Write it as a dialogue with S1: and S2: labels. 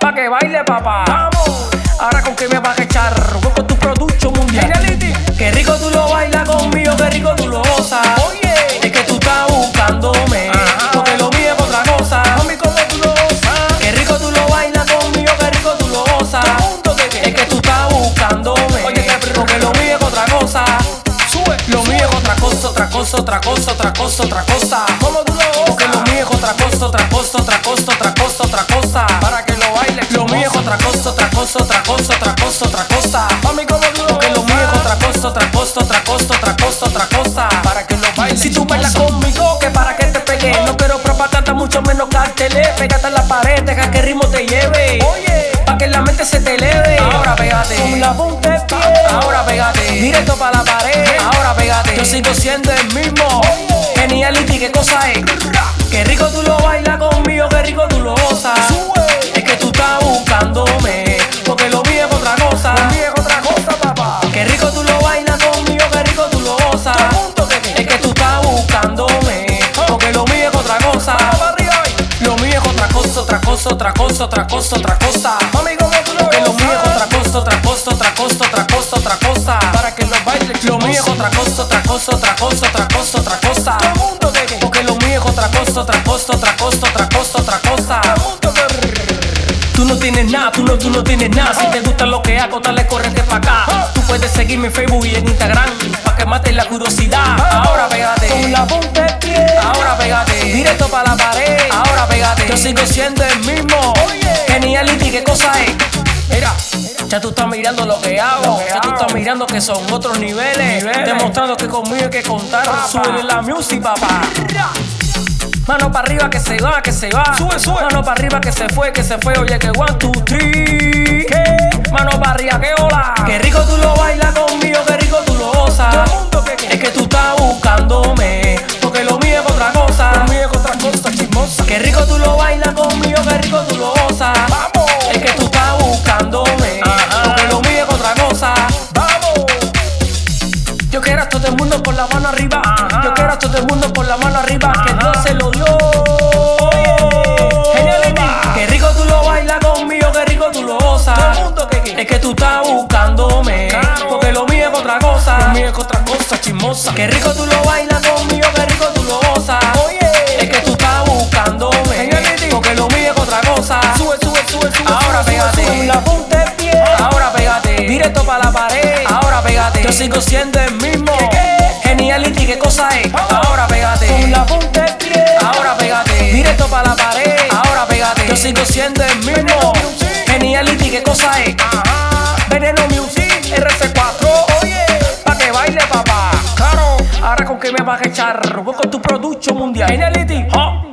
S1: pa' que baile, papá. Vamos. Ahora con que me vas a echar, voy con tu producto mundial. Qué rico tú lo bailas conmigo, qué rico tú lo gozas. Oye, es que tú estás buscándome, porque lo mío es otra cosa. tú lo gozas. Qué rico tú lo bailas conmigo, qué rico tú lo gozas. Es que tú estás buscándome, porque lo mío es otra cosa. Lo mío es otra cosa, otra cosa, otra cosa, otra cosa, otra cosa. Porque lo mío es otra cosa, otra cosa, otra cosa, otra cosa, otra cosa. Para que lo bailes. Lo mío es otra cosa, otra cosa, otra cosa, otra cosa, otra cosa. Porque lo mío es otra cosa, otra cosa, otra cosa, otra cosa, otra cosa. Para que lo bailes. Si tú bailas conmigo, que para que te pegue. No quiero propaganda, mucho menos carteles. Pégate a la pared, deja que el ritmo te lleve. Oye. Pa' que la mente se te eleve. Ahora pégate. Con la punta de pie. Ahora pégate. Directo pa' la pared. Ahora pégate. Yo sigo siendo el mismo. Geniality, qué cosa es. Qué rico tú lo bailas conmigo, qué rico tú lo gozas. Es que tú estás buscándome. Porque lo mío es otra cosa. otra cosa, papá. Qué rico tú lo bailas conmigo, qué rico tú lo gozas. Es que tú estás buscándome. Porque lo mío es otra cosa. Lo mío es otra cosa, otra cosa, otra cosa, otra cosa, otra cosa. Porque lo mío es otra cosa, otra cosa, otra cosa, otra cosa, otra cosa. Para que lo bailes. Lo mío es otra cosa, otra cosa, otra cosa, otra cosa, otra cosa. Porque lo mío es otra cosa, otra cosa, otra cosa, otra cosa, otra cosa. Tú no tienes nada, tú no, tú no tienes nada. Si te gusta lo que hago, dale corrente pa' acá. Tú puedes seguirme en Facebook y en Instagram. Pa' que mates la curiosidad. Ahora pégate. Con la punta de pie. Ahora pégate. Directo pa' la pared. Ahora pégate. Yo sigo siendo el mismo. Geniality, ¿qué cosa es? Mira. Ya tú estás mirando lo que hago, ya tú estás mirando que son otros niveles, demostrando que conmigo hay que contar, Súbele la music, papá. Mano para arriba que se va, que se va. Sube, sube. Mano para arriba que se fue, que se fue. Oye, que one, two, three. Mano para arriba, que hola. Qué rico tú lo bailas conmigo, qué rico tú lo gozas. Es que tú estás buscándome, porque lo mío es otra cosa. Lo mío es otra cosa, chismosa. Qué rico tú lo bailas conmigo, qué rico tú lo gozas. Vamos. Ah, Es que tú estás buscándome, porque lo mío es otra cosa. Vamos. Yo quiero a todo el mundo con la mano arriba. Yo quiero a todo el mundo con la mano arriba. Que Dios se lo dio. Genial, Amy. Qué rico tú lo bailas conmigo, qué rico tú lo gozas. Es que tú estás buscándome. Porque lo mío es otra cosa. Lo mío es otra cosa, chismosa. Qué rico tú lo bailas conmigo, qué rico tú lo gozas. Es que tú estás buscándome. Porque lo mío es otra cosa. Sube, sube, sube, sube. Ahora pégate. la punta de pie. Ahora pégate. Directo para la pared. Ahora pégate. Yo sigo siendo el mismo. Geniality, ¿qué cosa es? Ahora pégate. Con la punta de pie. Ahora pégate. Directo para la pared. Ahora pégate. Yo sigo siendo el mismo. Geniality, ¿qué cosa es? Veneno Music, RC4. Oye, pa' que baile, papá. Claro. Ahora con que me vas a echar. Voy con tu producto mundial. Geniality, huh?